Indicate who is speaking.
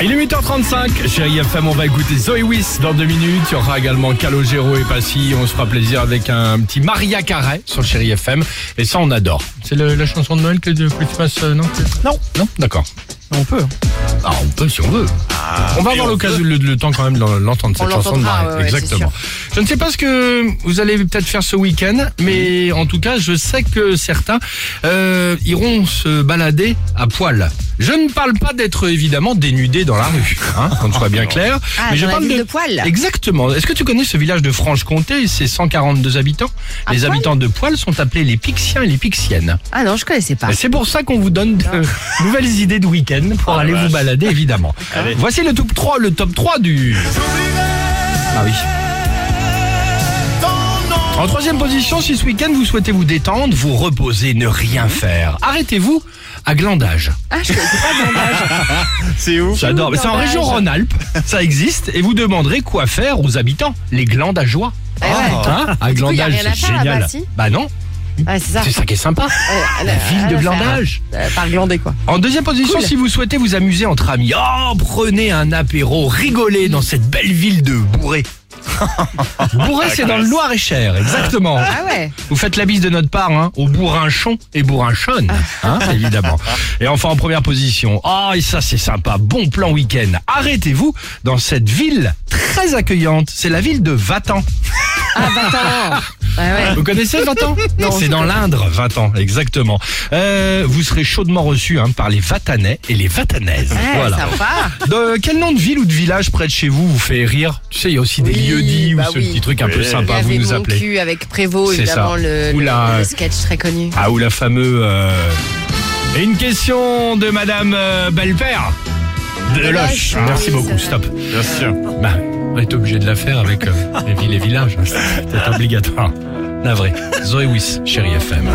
Speaker 1: 8h35, chérie FM, on va écouter Zoé Wiss dans deux minutes. Il y aura également Calogero et Passy. On se fera plaisir avec un petit Maria Carré sur chérie FM. Et ça, on adore. C'est le- la chanson de Noël que, de- que tu passes, euh, non
Speaker 2: Non.
Speaker 1: Non D'accord.
Speaker 2: On peut.
Speaker 1: Ah, on peut si on veut. on va avoir l'occasion, le, le temps quand même de l'entendre, cette
Speaker 3: On
Speaker 1: chanson de
Speaker 3: l'entendra,
Speaker 1: Marie.
Speaker 3: ouais, ouais,
Speaker 1: Exactement. Je ne sais pas ce que vous allez peut-être faire ce week-end, mais
Speaker 3: Mm.
Speaker 1: en tout cas, je sais que certains euh, iront se balader à poil. Je ne parle pas d'être évidemment dénudé dans la rue, hein, qu'on soit bien clair.
Speaker 3: Ah,
Speaker 1: je
Speaker 3: dans la
Speaker 1: parle
Speaker 3: ville de Poil.
Speaker 1: Exactement. Est-ce que tu connais ce village de Franche-Comté C'est 142 habitants.
Speaker 3: À
Speaker 1: les
Speaker 3: Poil
Speaker 1: habitants de Poil sont appelés les Pixiens et les Pixiennes.
Speaker 3: Ah non, je connaissais pas.
Speaker 1: Et C'est pour ça qu'on vous donne de nouvelles idées de week-end
Speaker 2: Ah,
Speaker 1: pour aller vous balader, évidemment. Voici le top 3, le top 3 du... Ah oui. En troisième position, si ce week-end vous souhaitez vous détendre, vous reposer, ne rien faire, arrêtez-vous à Glandage.
Speaker 3: Ah, je connaissais pas Glandage.
Speaker 2: C'est où
Speaker 1: J'adore. Mais C'est en
Speaker 3: Glandage.
Speaker 1: région Rhône-Alpes, ça existe, et vous demanderez quoi faire aux habitants, les Glandageois.
Speaker 3: Eh ouais.
Speaker 1: Hein à
Speaker 3: Du coup, y a
Speaker 1: Glandage,
Speaker 3: rien à
Speaker 1: c'est
Speaker 3: faire
Speaker 1: génial.
Speaker 3: là-bas, si
Speaker 1: bah non,
Speaker 3: Ouais, c'est ça.
Speaker 1: c'est ça qui est sympa. La
Speaker 3: Ah,
Speaker 1: ville de Glandage.
Speaker 3: par Glandais, quoi.
Speaker 1: En deuxième position,
Speaker 3: Cool.
Speaker 1: si vous souhaitez vous amuser entre amis, oh, prenez un apéro, rigolez dans cette belle ville de Bourré. Bourré, c'est dans le Loir-et-Cher, exactement.
Speaker 3: Ah ouais.
Speaker 1: Vous faites la bise de notre part hein, au bourrinchon et bourrinchonne, hein, évidemment. Et enfin, en première position, ah, et ça c'est sympa, bon plan week-end. Arrêtez-vous dans cette ville très accueillante, c'est la ville de Vatan.
Speaker 3: Ah, 20 ans. Ouais, ouais.
Speaker 1: Vous connaissez 20 ans
Speaker 3: Non,
Speaker 1: c'est
Speaker 3: je
Speaker 1: dans
Speaker 3: connais.
Speaker 1: l'Indre, 20 ans, exactement. Euh, vous serez chaudement reçus hein, par les Vatanais et les Vatanaises.
Speaker 3: Ouais,
Speaker 1: voilà.
Speaker 3: sympa.
Speaker 1: De- quel nom de ville ou de village près de chez vous vous fait rire Tu sais, il y a aussi des
Speaker 3: Oui,
Speaker 1: lieux-dits
Speaker 3: bah
Speaker 1: ou ce
Speaker 3: oui.
Speaker 1: petit truc un peu
Speaker 2: Oui.
Speaker 3: Il y
Speaker 1: sympa, vous
Speaker 3: avait
Speaker 1: nous
Speaker 3: mon
Speaker 1: appelez.
Speaker 3: cul avec Prévost,
Speaker 1: C'est ça.
Speaker 3: évidemment, le,
Speaker 1: Ou
Speaker 3: le-
Speaker 1: la-
Speaker 3: le sketch très connu.
Speaker 1: Ah, ou la fameuse. euh, Et une question de Madame euh, Belpère. De Loche.
Speaker 3: Deloche,
Speaker 1: Merci
Speaker 3: oui,
Speaker 1: beaucoup,
Speaker 3: c'est vrai.
Speaker 1: stop.
Speaker 2: Bien sûr.
Speaker 1: Bah, on est obligé de la faire avec euh, les villes et villages. C'est obligatoire. Navré. Zoé Wiss, chérie FM.